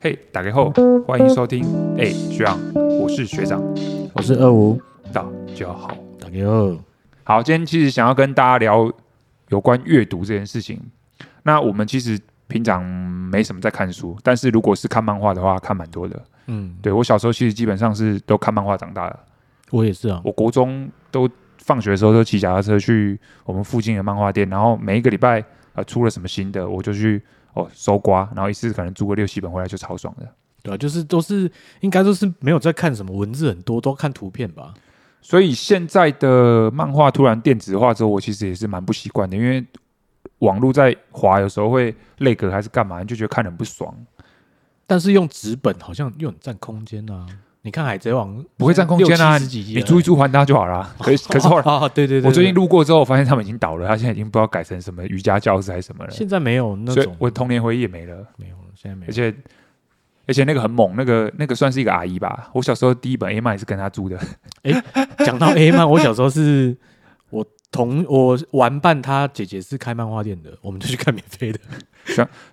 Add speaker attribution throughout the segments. Speaker 1: 嘿，打开后欢迎收听。哎、学长，我是学长，
Speaker 2: 我是二五，
Speaker 1: 到就好。
Speaker 2: 大家好。
Speaker 1: 好，今天其实想要跟大家聊有关阅读这件事情。那我们其实平常没什么在看书，但是如果是看漫画的话，看蛮多的。
Speaker 2: 嗯，
Speaker 1: 对我小时候其实基本上是都看漫画长大的。
Speaker 2: 我也是啊。
Speaker 1: 我国中都放学的时候都骑脚踏车去我们附近的漫画店，然后每一个礼拜呃出了什么新的，我就去哦搜刮，然后一次可能租个六七本回来就超爽的。
Speaker 2: 对啊，就是都是应该都是没有在看什么文字很多，都看图片吧。
Speaker 1: 所以现在的漫画突然电子化之后，我其实也是蛮不习惯的，因为网络在滑，有时候会累格还是干嘛，你就觉得看得很不爽。
Speaker 2: 但是用纸本好像又很占空间啊。你看《海贼王》
Speaker 1: 不会占空间啊
Speaker 2: 六七十几集了
Speaker 1: 你租一租还他就好啦。可可是后来，
Speaker 2: 啊，对对对，
Speaker 1: 我最近
Speaker 2: 对
Speaker 1: 路过之后，发现他们已经倒了，他现在已经不知道改成什么瑜伽教室还是什么了，
Speaker 2: 现在没有那
Speaker 1: 所以
Speaker 2: 种，
Speaker 1: 我童年回忆也没了。
Speaker 2: 没有了，现在没
Speaker 1: 而
Speaker 2: 有。
Speaker 1: 且而且那个很猛，那个那个算是一个阿姨吧。我小时候第一本 A 漫也是跟她租的，
Speaker 2: 讲到 A 漫，我小时候是我同我玩伴他姐姐是开漫画店的，我们就去看免 费的。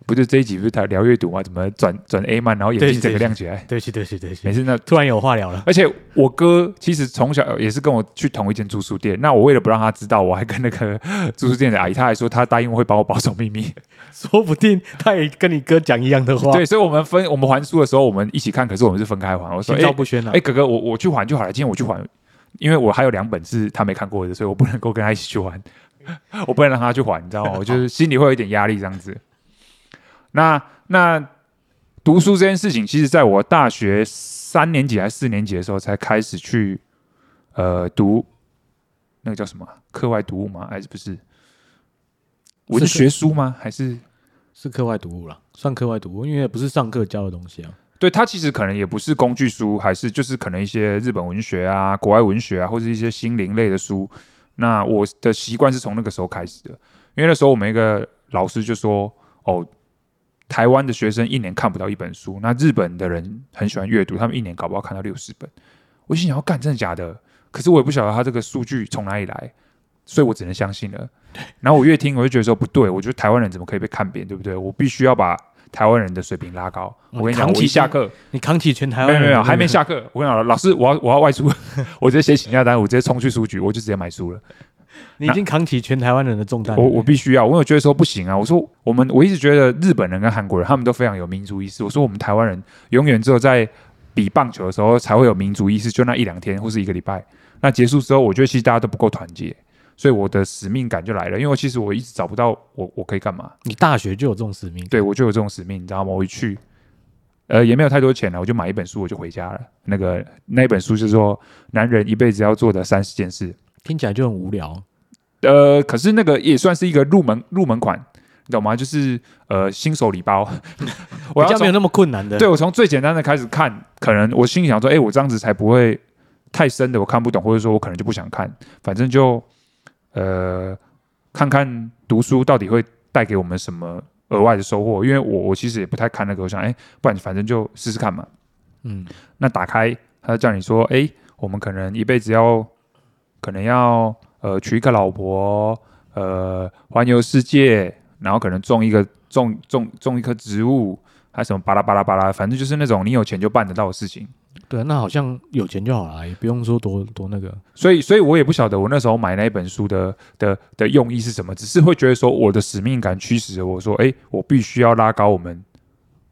Speaker 1: 不是这一集不是谈聊阅读嘛？怎么转转 A 漫，然后眼
Speaker 2: 对
Speaker 1: 睛整
Speaker 2: 对
Speaker 1: 个亮起来？
Speaker 2: 对不起对不起对不
Speaker 1: 每
Speaker 2: 起，
Speaker 1: 次那
Speaker 2: 突然有话聊了。
Speaker 1: 而且我哥其实从小也是跟我去同一间住宿店，那我为了不让他知道，我还跟那个 住宿店的阿姨，她还说她答应我会帮我保守秘密。
Speaker 2: 说不定他也跟你哥讲一样的话，
Speaker 1: 对，所以我们分我们还书的时候，我们一起看，可是我们是分开还。我说，
Speaker 2: 心
Speaker 1: 哎、
Speaker 2: 照不宣了
Speaker 1: 哎、。哥哥，我我去还就好了，今天我去还，因为我还有两本是他没看过的，所以我不能够跟他一起去还， 我不能让他去还，你知道吗？我就是心里会有一点压力这样子。那那读书这件事情，其实在我大学三年级还是四年级的时候才开始去呃读那个叫什么啊课外读物吗？还是不是文学书吗？还是
Speaker 2: 是课外读物啦，算课外读物，因为不是上课教的东西啊。
Speaker 1: 对它其实可能也不是工具书，还是就是可能一些日本文学啊、国外文学啊，或是一些心灵类的书。那我的习惯是从那个时候开始的，因为那时候我们一个老师就说：“哦，台湾的学生一年看不到一本书，那日本的人很喜欢阅读，他们一年搞不好看到六十本。”我心想：“要干真的假的？”可是我也不晓得他这个数据从哪里来，所以我只能相信了。然后我越听，我就觉得说不对，我觉得台湾人怎么可以被看扁，对不对？我必须要把台湾人的水平拉高。
Speaker 2: 嗯
Speaker 1: 我跟你讲，
Speaker 2: 扛
Speaker 1: 我
Speaker 2: 起
Speaker 1: 一下课，
Speaker 2: 你扛起全台
Speaker 1: 没
Speaker 2: 湾
Speaker 1: 有
Speaker 2: 人
Speaker 1: 没
Speaker 2: 的
Speaker 1: 有没有，
Speaker 2: 那个嗯
Speaker 1: 还没下课。我跟你讲，老师，我要我要外出， 我直接写请假单，我直接冲去书局，我就直接买书了。
Speaker 2: 你已经扛起全台湾人的重担了。
Speaker 1: 我我必须要，我有觉得说不行啊。我说我们我一直觉得日本人跟韩国人他们都非常有民族意识。我说我们台湾人永远只有在比棒球的时候才会有民族意识，就那一两天或是一个礼拜。那结束之后，我觉得其实大家都不够团结，所以我的使命感就来了。因为其实我一直找不到我我可以干嘛。
Speaker 2: 你大学就有这种使命，
Speaker 1: 对我就有这种使命，你知道吗？我一去，呃，也没有太多钱了，我就买一本书，我就回家了。那个那一本书是说男人一辈子要做的三十件事，
Speaker 2: 听起来就很无聊。
Speaker 1: 呃，可是那个也算是一个入门入门款，你懂吗？就是呃新手礼包， 我
Speaker 2: 比
Speaker 1: 要
Speaker 2: 较没有
Speaker 1: 从
Speaker 2: 那么困难的。
Speaker 1: 对，我从最简单的开始看，可能我心里想说，哎、我这样子才不会太深的我看不懂，或者说我可能就不想看，反正就呃看看读书到底会带给我们什么额外的收获，因为我我其实也不太看那个，我想哎、不然反正就试试看嘛。
Speaker 2: 嗯，
Speaker 1: 那打开，他就叫你说，哎，我们可能一辈子要，可能要呃娶一个老婆，呃环游世界，然后可能种一个种种种一棵植物，还什么巴拉巴拉巴拉，反正就是那种你有钱就办得到的事情。
Speaker 2: 对，啊那好像有钱就好了，也不用说多多那个。
Speaker 1: 所以，所以我也不晓得我那时候买那一本书的的的用意是什么，只是会觉得说我的使命感驱使着我说，哎，我必须要拉高我们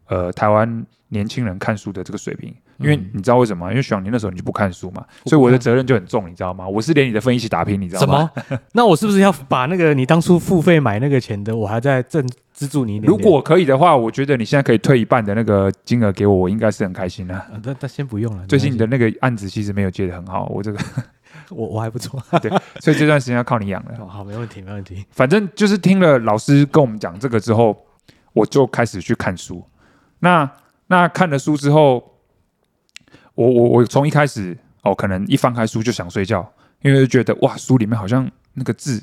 Speaker 1: 呃台湾年轻人看书的这个水平，因为
Speaker 2: 嗯
Speaker 1: 你知道为什么吗？因为小年那时候你就不看书嘛，
Speaker 2: 看
Speaker 1: 所以我的责任就很重，你知道吗？我是连你的分一起打拼，你知道
Speaker 2: 什
Speaker 1: 吗？
Speaker 2: 么？那我是不是要把那个你当初付费买那个钱的，我还在赠资助你一点点？
Speaker 1: 如果可以的话，我觉得你现在可以退一半的那个金额给我，我应该是很开心的、
Speaker 2: 啊那那先不用了。
Speaker 1: 最近
Speaker 2: 没
Speaker 1: 的
Speaker 2: 关
Speaker 1: 那个案子其实没有接的很好，我这个，
Speaker 2: 系我我还不错，
Speaker 1: 所以这段时间要靠你养了。
Speaker 2: 哦好，没问题，没问题。
Speaker 1: 反正就是听了老师跟我们讲这个之后，我就开始去看书。那那看了书之后，我我我从一开始哦，可能一翻开书就想睡觉，因为就觉得哇，书里面好像那个字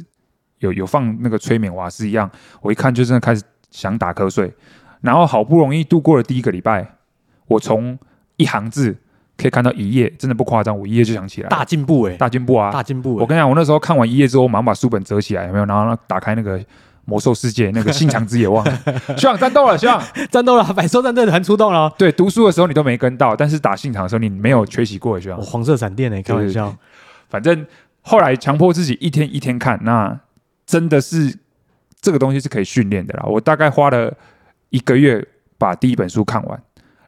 Speaker 1: 有有放那个催眠瓦斯一样，我一看就真的开始想打瞌睡。然后好不容易度过了第一个礼拜，我从一行字可以看到一页，真的不夸张，我一页就想起来了
Speaker 2: 大进步哎，
Speaker 1: 大进步啊！
Speaker 2: 大进步
Speaker 1: 我
Speaker 2: 欸。
Speaker 1: 跟你讲，我那时候看完一页之后，我马上把书本折起来，有没有？然后打开那个魔兽世界那个信长之野望，学长战斗了，学长。
Speaker 2: 战斗了，百兽战队团出动了哦。
Speaker 1: 对，读书的时候你都没跟到，但是打信长的时候你没有缺席过，学长
Speaker 2: 我。黄色闪电呢、开玩笑，
Speaker 1: 反正后来强迫自己一天一天看，那真的是这个东西是可以训练的啦。我大概花了一个月把第一本书看完，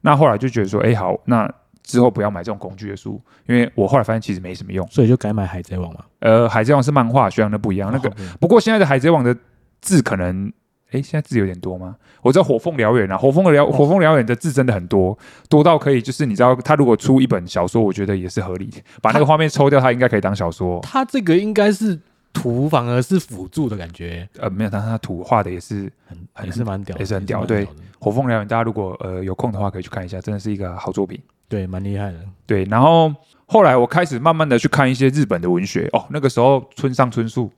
Speaker 1: 那后来就觉得说，哎，好，那之后不要买这种工具的书，因为我后来发现其实没什么用。
Speaker 2: 所以就改买海贼王嘛。
Speaker 1: 呃，海贼王是漫画，学长的不一样。那个
Speaker 2: 哦好
Speaker 1: 不过现在的海贼王的字可能，诶，现在字有点多吗？我知道火凤燎原啊，火凤
Speaker 2: 哦
Speaker 1: 燎火凤燎原的字真的很多，多到可以就是你知道，他如果出一本小说，我觉得也是合理的。把那个画面抽掉，它应该可以当小说。
Speaker 2: 他这个应该是图，反而是辅助的感觉，
Speaker 1: 呃，没有，但是他图画的也是
Speaker 2: 很
Speaker 1: 很
Speaker 2: 也是蛮屌的，
Speaker 1: 也是很屌
Speaker 2: 蛮
Speaker 1: 对
Speaker 2: 的
Speaker 1: 火凤燎原。大家如果呃有空的话，可以去看一下，真的是一个好作品。
Speaker 2: 对，蛮厉害的。
Speaker 1: 对，然后后来我开始慢慢的去看一些日本的文学哦，那个时候村上春树，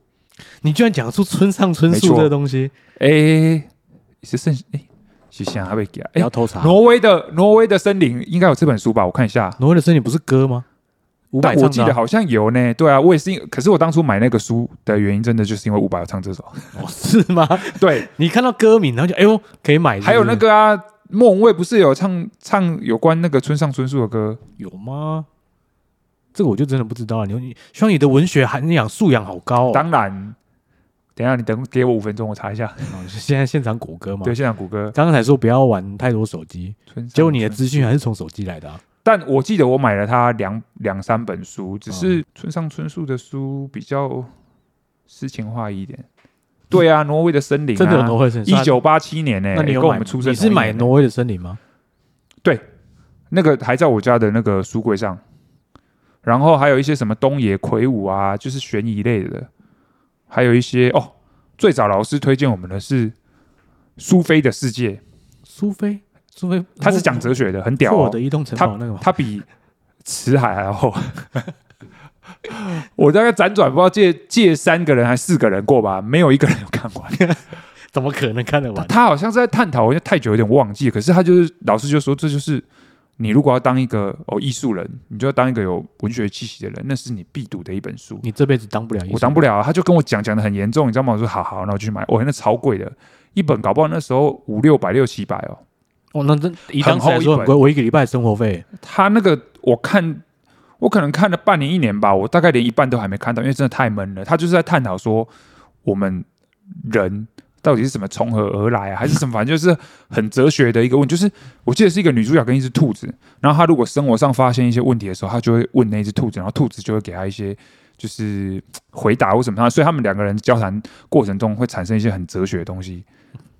Speaker 2: 你居然讲出村上春
Speaker 1: 没
Speaker 2: 树
Speaker 1: 错
Speaker 2: 这个东西，
Speaker 1: 诶，是剩诶，是想还被给
Speaker 2: 不
Speaker 1: 诶
Speaker 2: 要，偷查。
Speaker 1: 挪威的挪威的森林应该有这本书吧？我看一下，
Speaker 2: 挪威的森林不是歌吗？五
Speaker 1: 但
Speaker 2: 百
Speaker 1: 我
Speaker 2: 唱
Speaker 1: 记
Speaker 2: 的
Speaker 1: 得
Speaker 2: 啊、
Speaker 1: 好像有呢。对啊，我也是因，可是我当初买那个书的原因，真的就是因为伍佰有唱这 首。
Speaker 2: 哦是吗？
Speaker 1: 对，
Speaker 2: 你看到歌名，然后就哎呦可以买是不是
Speaker 1: 还有那个啊，莫文蔚不是有唱唱有关那个村上春树的歌？
Speaker 2: 有吗？这个我就真的不知道了。啊你你，希望你的文学涵养素养好高哦。
Speaker 1: 当然，等一下你等给我五分钟，我查一下。
Speaker 2: 哦现在现场谷歌嘛，
Speaker 1: 对，现场谷歌
Speaker 2: 刚刚才说不要玩太多手机，
Speaker 1: 村上
Speaker 2: 结果你的
Speaker 1: 春
Speaker 2: 资讯还是从手机来的、啊。
Speaker 1: 但我记得我买了他两两三本书，
Speaker 2: 嗯
Speaker 1: 只是村上春树的书比较诗情画意一点。对啊，挪威的森林、啊、
Speaker 2: 真的有挪威森林
Speaker 1: 一九八七年呢、
Speaker 2: 那你有
Speaker 1: 跟我
Speaker 2: 买
Speaker 1: 们出生
Speaker 2: 你
Speaker 1: 同
Speaker 2: 是
Speaker 1: 一年
Speaker 2: 买挪威的森林吗？
Speaker 1: 那个还在我家的那个书柜上，然后还有一些什么东野魁梧啊，就是悬疑类的，还有一些哦，最早老师推荐我们的是苏菲的世界，
Speaker 2: 苏菲，苏菲，
Speaker 1: 他是讲哲学的，很屌、
Speaker 2: 我
Speaker 1: 哦
Speaker 2: 的，移动城堡那个吗？
Speaker 1: 它比辞海还要厚。 我大概辗转不知道借借三个人还是四个人过吧，没有一个人有看 完。
Speaker 2: 怎么可能看得
Speaker 1: 他
Speaker 2: 完？
Speaker 1: 他好像是在探讨，我因为太久有点忘记。可是他就是老师就说，这就是你如果要当一个哦艺术人，你就要当一个有文学气息的人，那是你必读的一本书。
Speaker 2: 你这辈子当不了医
Speaker 1: 我
Speaker 2: 生，
Speaker 1: 当不了、啊，他就跟我讲讲的很严重，你知道吗？我说好好，那我就去买。哦，那超贵的，一本搞不好那时候五六百、六七百哦。
Speaker 2: 哦，那真以
Speaker 1: 很
Speaker 2: 当时来
Speaker 1: 厚一
Speaker 2: 说
Speaker 1: 本
Speaker 2: 很贵，我一个礼拜的生活费
Speaker 1: 他那个我看，我可能看了半年一年吧，我大概连一半都还没看到，因为真的太闷了。他就是在探讨说我们人到底是怎么从何而来、啊，还是什么，反正就是很哲学的一个问题。就是我记得是一个女主角跟一只兔子，然后她如果生活上发现一些问题的时候，她就会问那只兔子，然后兔子就会给她一些。就是回答或什么她所以他们两个人交谈过程中会产生一些很哲学的东西，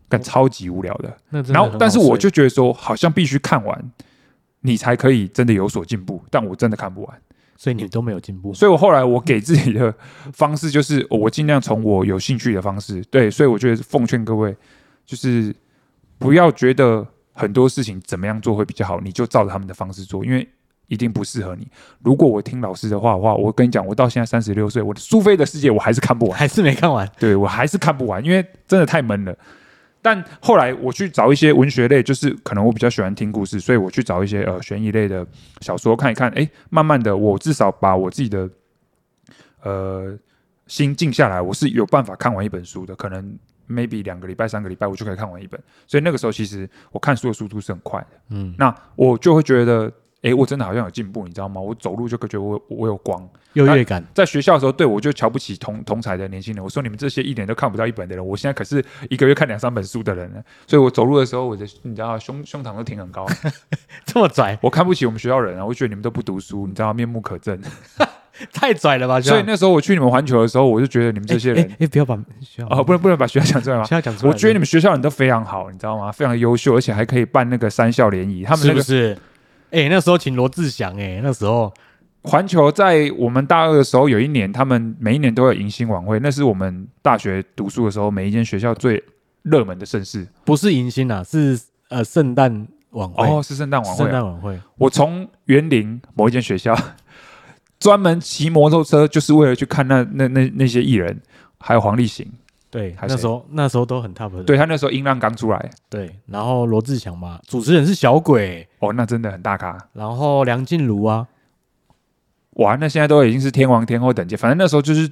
Speaker 1: 但超级无聊的。
Speaker 2: 那真的
Speaker 1: 然后
Speaker 2: 很，好
Speaker 1: 但是我
Speaker 2: 睡
Speaker 1: 就觉得说，好像必须看完，你才可以真的有所进步。但我真的看不完，
Speaker 2: 所以你都没有进步，
Speaker 1: 所以我后来我给自己的方式就是，哦我尽量从我有兴趣的方式。对，所以我觉得奉劝各位，就是不要觉得很多事情怎么样做会比较好，你就照着他们的方式做，因为。一定不适合你。如果我听老师的话的话，我跟你讲，我到现在三十六岁，我的苏菲的世界我还是看不完。
Speaker 2: 还是没看完。
Speaker 1: 对我还是看不完，因为真的太闷了。但后来我去找一些文学类，就是可能我比较喜欢听故事，所以我去找一些呃悬疑类的小说看一看。诶，慢慢的，我至少把我自己的呃心静下来，我是有办法看完一本书的。可能 maybe 两个礼拜、三个礼拜，我就可以看完一本。所以那个时候，其实我看书的速度是很快的。
Speaker 2: 嗯，
Speaker 1: 那我就会觉得，诶，我真的好像有进步，你知道吗？我走路就觉得我我有光，
Speaker 2: 优越感，
Speaker 1: 在学校的时候，对我就瞧不起同同才的年轻人。我说你们这些一点都看不到一本的人，我现在可是一个月看两三本书的人了。所以我走路的时候，我的你知道胸胸膛都挺很高，
Speaker 2: 这么拽，
Speaker 1: 我看不起我们学校人啊，我觉得你们都不读书，你知道面目可憎。
Speaker 2: 太拽了吧？
Speaker 1: 所以
Speaker 2: 这样
Speaker 1: 那时候我去你们环球的时候，我就觉得你们这些人
Speaker 2: 哎哎哎，不要把需要
Speaker 1: 哦，不能不能把学校讲出来吗？
Speaker 2: 需要讲出来。
Speaker 1: 我觉得你们学校人都非常好，你知道吗？非常优秀，而且还可以办那个三校联谊。他们
Speaker 2: 是
Speaker 1: 那
Speaker 2: 不
Speaker 1: 个
Speaker 2: 是？哎，那时候请罗志祥，哎，那时候
Speaker 1: 环球在我们大二的时候，有一年他们每一年都有迎新晚会，那是我们大学读书的时候每一间学校最热门的盛事。
Speaker 2: 不是迎新啊，是呃圣诞晚会，
Speaker 1: 哦，是圣诞晚会
Speaker 2: 圣
Speaker 1: 啊、
Speaker 2: 诞晚会，
Speaker 1: 我从园林某一间学校专门骑摩托车，就是为了去看那那那那些艺人，还有黄立行。
Speaker 2: 对，
Speaker 1: 还有
Speaker 2: 那
Speaker 1: 谁
Speaker 2: 时候那时候都很 top 的，
Speaker 1: 对他那时候音浪刚出来，
Speaker 2: 对。然后罗志祥嘛，主持人是小鬼，
Speaker 1: 哦，那真的很大咖。
Speaker 2: 然后梁静茹啊，
Speaker 1: 哇，那现在都已经是天王天后等级，反正那时候就是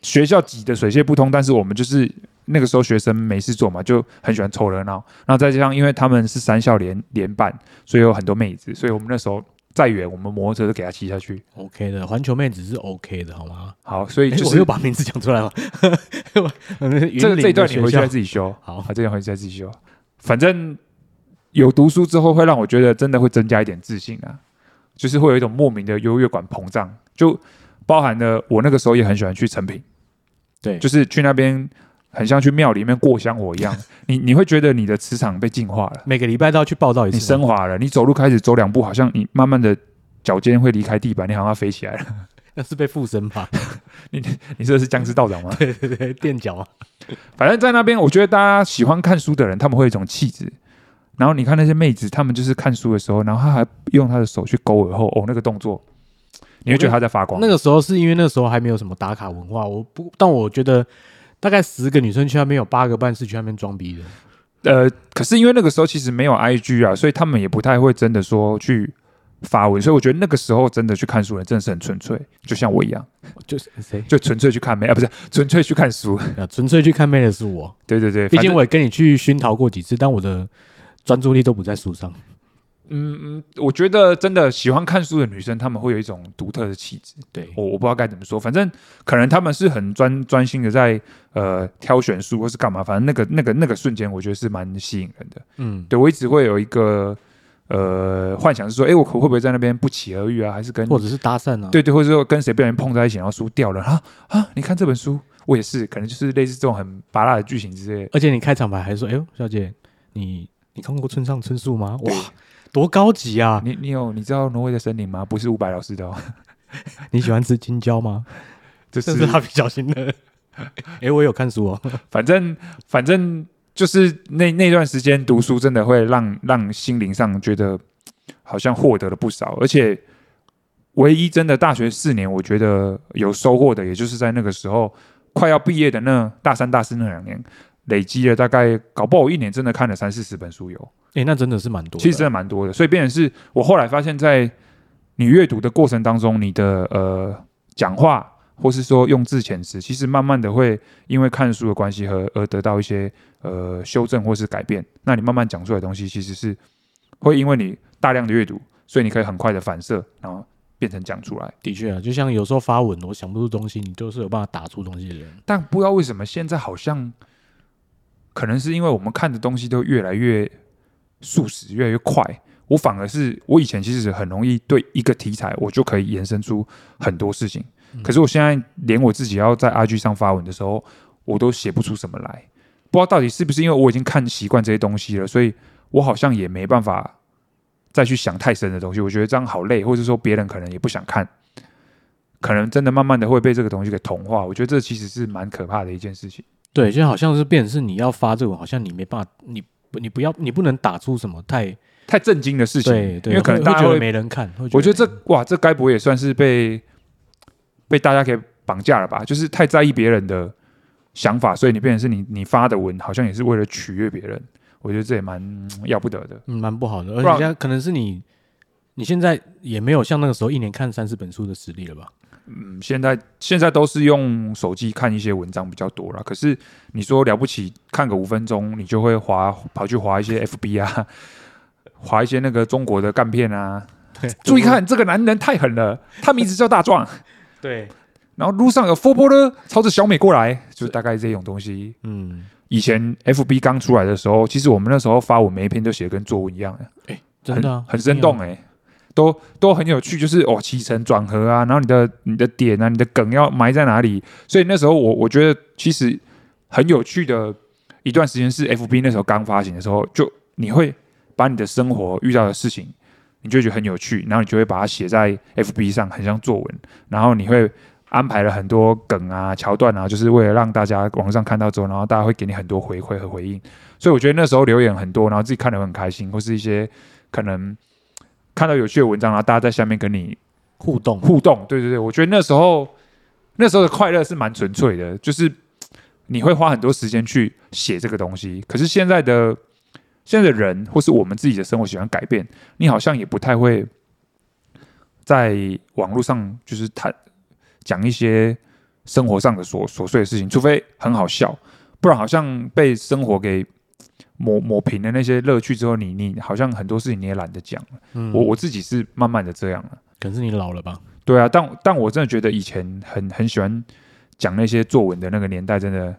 Speaker 1: 学校挤得水泄不通，但是我们就是那个时候学生没事做嘛，就很喜欢凑热闹。那再加上因为他们是三校联联办，所以有很多妹子，所以我们那时候再远，我们摩托车都给他骑下去。
Speaker 2: OK 的，环球妹子是 OK 的，好吗？
Speaker 1: 好，所以
Speaker 2: 诶
Speaker 1: 就
Speaker 2: 哎我
Speaker 1: 是
Speaker 2: 又把名字讲出来了。
Speaker 1: 这个
Speaker 2: 这
Speaker 1: 这一段你回去再
Speaker 2: 己
Speaker 1: 自己修，
Speaker 2: 好
Speaker 1: 啊，这段回去再自己修。反正有读书之后，会让我觉得真的会增加一点自信啊，就是会有一种莫名的优越感膨胀，就包含了我那个时候也很喜欢去成品，
Speaker 2: 对，
Speaker 1: 就是是去那边很像去庙里面过香火一样，你你会觉得你的磁场被净化了。
Speaker 2: 每个礼拜都要去报道一次
Speaker 1: 你
Speaker 2: 吗。
Speaker 1: 升华了，你走路开始走两步，好像你慢慢的脚尖会离开地板，你好像要飞起来了。
Speaker 2: 那 是被附身吧？
Speaker 1: 你这是僵尸道长吗？
Speaker 2: 对对对，垫 脚啊。
Speaker 1: 反正，在那边，我觉得大家喜欢看书的人，他们会有一种气质。然后你看那些妹子，她们就是看书的时候，然后她还用她的手去勾耳后，哦，那个动作，你会觉得她在发光。
Speaker 2: 那个时候是因为那时候还没有什么打卡文化，我不，但我觉得大概十个女生去那边有八个半是去那边装逼的。
Speaker 1: 呃，可是因为那个时候其实没有 IG 啊，所以他们也不太会真的说去发文。所以我觉得那个时候真的去看书的人真的是很纯粹，就像我一样，
Speaker 2: 就是谁？
Speaker 1: 就纯粹去看妹啊，不是纯粹去看书。
Speaker 2: 啊纯粹去看妹的是我，
Speaker 1: 对对对，
Speaker 2: 毕
Speaker 1: 反正
Speaker 2: 竟我也跟你去熏陶过几次，但我的专注力都不在书上。
Speaker 1: 嗯，嗯，我觉得真的喜欢看书的女生，她们会有一种独特的气质。
Speaker 2: 对，
Speaker 1: 我我不知道该怎么说，反正可能她们是很专专心的在呃挑选书或是干嘛，反正那个那个那个瞬间，我觉得是蛮吸引人的。
Speaker 2: 嗯，
Speaker 1: 对我一直会有一个呃幻想是说，诶，我可会不会在那边不期而遇啊？还是跟
Speaker 2: 或者是搭讪啊。
Speaker 1: 对对，或者说跟谁不小心碰在一起，然后书掉了啊啊！你看这本书，我也是，可能就是类似这种很拔辣的剧情之类的。
Speaker 2: 而且你开场白还说：“哎呦，小姐，你你看过村上春树吗？哇，多高级啊！
Speaker 1: 你你有你知道挪威的森林吗？不是伍佰老师的哦，
Speaker 2: 你喜欢吃青椒 吗？
Speaker 1: 这
Speaker 2: 这是蜡笔小新的。 哎，我有看书哦。
Speaker 1: 反正反正就是那那段时间读书，真的会让让心灵上觉得嘖好像获得了不少，而且唯一真的大学四年，我觉得有收获的，也就是在那个时候快要毕业的那大三大四那两年。累积了大概搞不好我一年真的看了三四十本书有，
Speaker 2: 哎，那真的是蛮多的。
Speaker 1: 其实真的蛮多的，所以变成是我后来发现，在你阅读的过程当中，你的呃讲话或是说用字遣词，其实慢慢的会因为看书的关系和而得到一些呃修正或是改变。那你慢慢讲出来的东西，其实是会因为你大量的阅读，所以你可以很快的反射，然后变成讲出来。
Speaker 2: 的确啊，就像有时候发文，我想不出东西，你就是有办法打出东西的人。
Speaker 1: 但不知道为什么现在好像，可能是因为我们看的东西都越来越速食，越来越快。我反而是我以前其实很容易对一个题材，我就可以延伸出很多事情。可是我现在连我自己要在 IG 上发文的时候，我都写不出什么来。不知道到底是不是因为我已经看习惯这些东西了，所以我好像也没办法再去想太深的东西。我觉得这样好累，或者说别人可能也不想看。可能真的慢慢的会被这个东西给同化。我觉得这其实是蛮可怕的一件事情。
Speaker 2: 对，就好像是变成是你要发这种，好像你没办法，你不你不要，你不能打出什么太
Speaker 1: 太震惊的事情，
Speaker 2: 对对，
Speaker 1: 因为可能
Speaker 2: 会
Speaker 1: 大
Speaker 2: 会
Speaker 1: 家
Speaker 2: 觉得
Speaker 1: 会，
Speaker 2: 没人看。会
Speaker 1: 我觉得
Speaker 2: 没
Speaker 1: 这哇，这该不会也算是被被大家给绑架了吧？就是太在意别人的想法，所以你变成是你你发的文，好像也是为了取悦别人。我觉得这也蛮嗯要不得的。
Speaker 2: 嗯蛮不好的，而
Speaker 1: 不
Speaker 2: 且
Speaker 1: 然
Speaker 2: 现在可能是你你现在也没有像那个时候一年看三四本书的实力了吧？
Speaker 1: 嗯，现在现在都是用手机看一些文章比较多啦。可是你说了不起，看个五分钟，你就会滑跑去滑一些 FB 啊，滑一些那个中国的干片啊。 注意看，这个男人太狠了，他名字叫大壮。
Speaker 2: 对，
Speaker 1: 然后路上有 four 波的朝着小美过来，就大概这种东西。
Speaker 2: 嗯，
Speaker 1: 以前 FB 刚出来的时候，其实我们那时候发我每一篇都写得跟作文一样、欸，
Speaker 2: 真的啊
Speaker 1: 很很生动
Speaker 2: 一定
Speaker 1: 哎、都都很有趣，就是哦起承转合啊，然后你的你的点啊，你的梗要埋在哪里？所以那时候我我觉得其实很有趣的一段时间是 FB 那时候刚发行的时候，就你会把你的生活遇到的事情，你就会觉得很有趣，然后你就会把它写在 FB 上，很像作文，然后你会。安排了很多梗啊、桥段啊，就是为了让大家网上看到之后，然后大家会给你很多回馈和回应，所以我觉得那时候留言很多，然后自己看得很开心，或是一些可能看到有趣的文章，然后大家在下面跟你
Speaker 2: 要互动，
Speaker 1: 互动。对对对，我觉得那时候那时候的快乐是蛮纯粹的，就是嘖你会花很多时间去写这个东西。可是现在的现在的人，或是我们自己的生活喜欢改变，你好像也不太会在网络上就是谈讲一些生活上的琐琐碎的事情，除非很好笑。不然好像被生活给抹抹平了那些乐趣之后，你你好像很多事情你也懒得讲了。
Speaker 2: 嗯，
Speaker 1: 我我自己是慢慢的这样了。
Speaker 2: 可能是你老了吧？
Speaker 1: 对啊，但但我真的觉得以前很很喜欢讲那些作文的那个年代，真的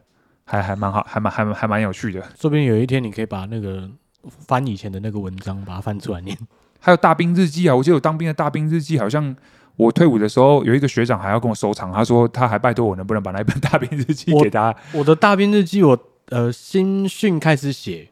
Speaker 1: 还还蛮好，还蛮还蛮还蛮有趣的。
Speaker 2: 说不定有一天你可以把那个翻以前的那个文章，把它翻出来念。
Speaker 1: 还有大兵日记啊，我记得我当兵的大兵日记，好像我退伍的时候有一个学长还要跟我收藏，他说他还拜托我能不能把那一本 大兵日记
Speaker 2: 我
Speaker 1: 给他。
Speaker 2: 我的大兵日记我，呃新训开始写，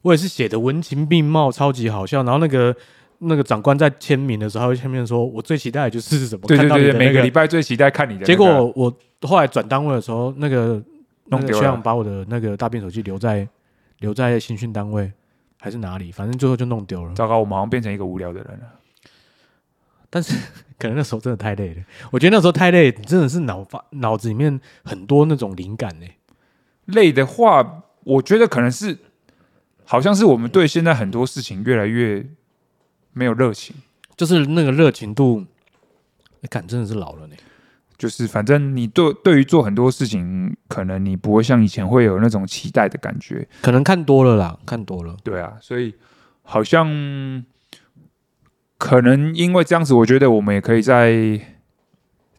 Speaker 2: 我也是写的文情并茂，超级好笑。然后那个那个长官在签名的时候，他会签名说：“我最期待的就是什么？”
Speaker 1: 对对对对，
Speaker 2: 看到你的
Speaker 1: 每
Speaker 2: 那
Speaker 1: 个礼拜最期待看你的那个、
Speaker 2: 结果我后来转单位的时候，那个那
Speaker 1: 弄
Speaker 2: 个
Speaker 1: 丢
Speaker 2: 学
Speaker 1: 了
Speaker 2: 长把我的那个大便手机留在留在新训单位还是哪里，反正最后就弄丢了。
Speaker 1: 糟糕，我们好像变成一个无聊的人了。
Speaker 2: 但是可能那时候真的太累了，我觉得那时候太累，真的是脑发脑子里面很多那种灵感欸呢、
Speaker 1: 累的话，我觉得可能是，好像是我们对现在很多事情越来越没有热情。
Speaker 2: 就是那个热情度，感、真的是老了呢、
Speaker 1: 就是反正你对对于做很多事情，可能你不会像以前会有那种期待的感觉。
Speaker 2: 可能看多了啦，看多了。
Speaker 1: 对啊，所以好像可能因为这样子，我觉得我们也可以在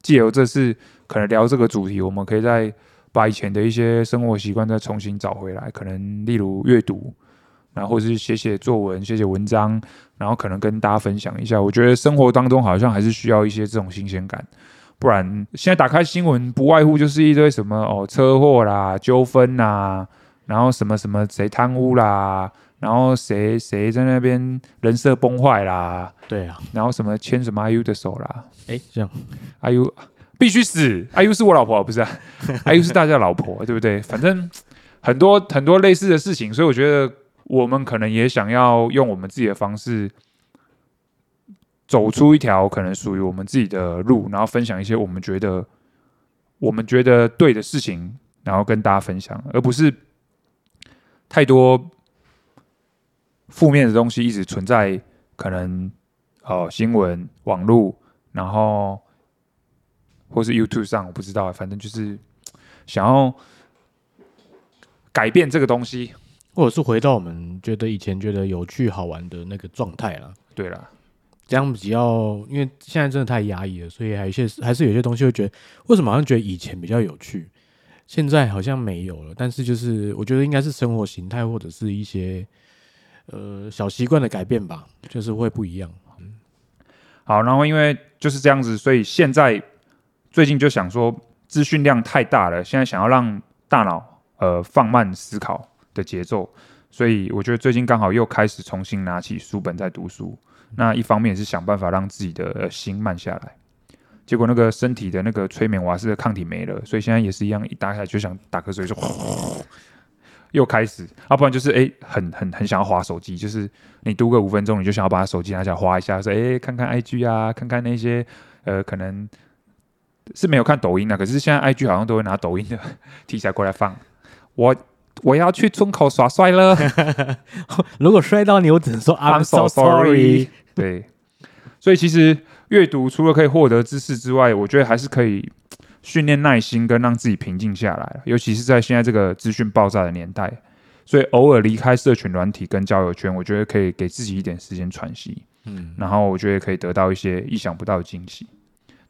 Speaker 1: 借由这次可能聊这个主题，我们可以再把以前的一些生活习惯再重新找回来。可能例如阅读，然后或是写写作文、写写文章，然后可能跟大家分享一下。我觉得生活当中好像还是需要一些这种新鲜感。不然，现在打开新闻，不外乎就是一堆什么哦车祸啦、纠纷啦，然后什么什么谁贪污啦，然后谁谁在那边人设崩坏啦，
Speaker 2: 对啊，
Speaker 1: 然后什么牵什么 IU 的手啦
Speaker 2: 哎、这样
Speaker 1: ，IU 必须死，IU 是我老婆，不是、啊、，IU 是大家的老婆， 对不对？反正很多很多类似的事情，所以我觉得我们可能也想要用我们自己的方式。走出一条可能属于我们自己的路，然后分享一些我们觉得我们觉得对的事情，然后跟大家分享，而不是太多负面的东西一直存在，可能呃新闻、网络，然后或是 YouTube 上，我不知道，反正就是想要改变这个东西。
Speaker 2: 或者是回到我们觉得以前觉得有趣好玩的那个状态啦。
Speaker 1: 对了，
Speaker 2: 这样比较，因为现在真的太压抑了，所以还有一些还是有些东西会觉得，为什么好像觉得以前比较有趣，现在好像没有了。但是就是我觉得应该是生活形态或者是一些呃小习惯的改变吧，就是会不一样。
Speaker 1: 好，然后因为就是这样子，所以现在最近就想说，资讯量太大了，现在想要让大脑呃放慢思考的节奏，所以我觉得最近刚好又开始重新拿起书本在读书。那一方面也是想办法让自己的、呃心慢下来，结果那个身体的那个催眠瓦斯的抗体没了，所以现在也是一样，一打开就想打瞌睡，就 又开始，要、不然就是哎、很很很想要划手机，就是你读个五分钟，你就想要把手机拿起来划一下，说哎、看看 IG 啊，看看那些呃，可能是没有看抖音啊，可是现在 IG 好像都会拿抖音的 题材过来放。我我要去村口耍帅了
Speaker 2: 如果摔到你，我只能说 I'm so sorry。。
Speaker 1: 对，所以其实阅读除了可以获得知识之外，我觉得还是可以训练耐心跟让自己平静下来，尤其是在现在这个资讯爆炸的年代。所以偶尔离开社群软体跟交友圈，我觉得可以给自己一点时间喘息。
Speaker 2: 嗯，
Speaker 1: 然后我觉得可以得到一些意想不到的惊喜。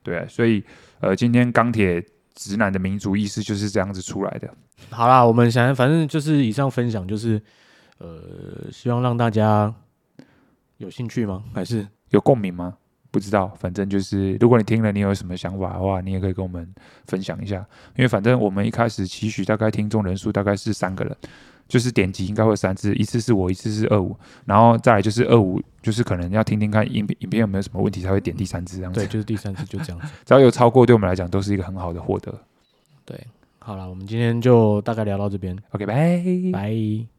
Speaker 1: 对、所以呃，今天钢铁直男的民族意识就是这样子出来的。
Speaker 2: 好啦，我们想反正就是以上分享，就是呃，希望让大家有兴趣吗？还是
Speaker 1: 有共鸣吗？不知道，反正就是，如果你听了，你有什么想法的话，你也可以跟我们分享一下。因为反正我们一开始期许大概听众人数大概是三个人，就是点击应该会有三次，一次是我，一次是二五，然后再来就是二五，就是可能要听听看影片影片有没有什么问题才会点第三次这样子。
Speaker 2: 对，就是第三次就这样子。
Speaker 1: 只要有超过，对我们来讲都是一个很好的获得。
Speaker 2: 好啦，我们今天就大概聊到这边，
Speaker 1: OK，拜。
Speaker 2: 拜。